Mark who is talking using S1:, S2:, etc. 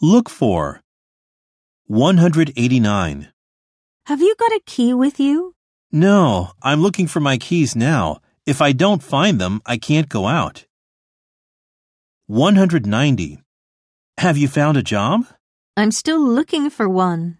S1: Look for 189.
S2: Have you got a key with you?
S1: No, I'm looking for my keys now. If I don't find them, I can't go out. 190. Have you found a job?
S2: I'm still looking for one.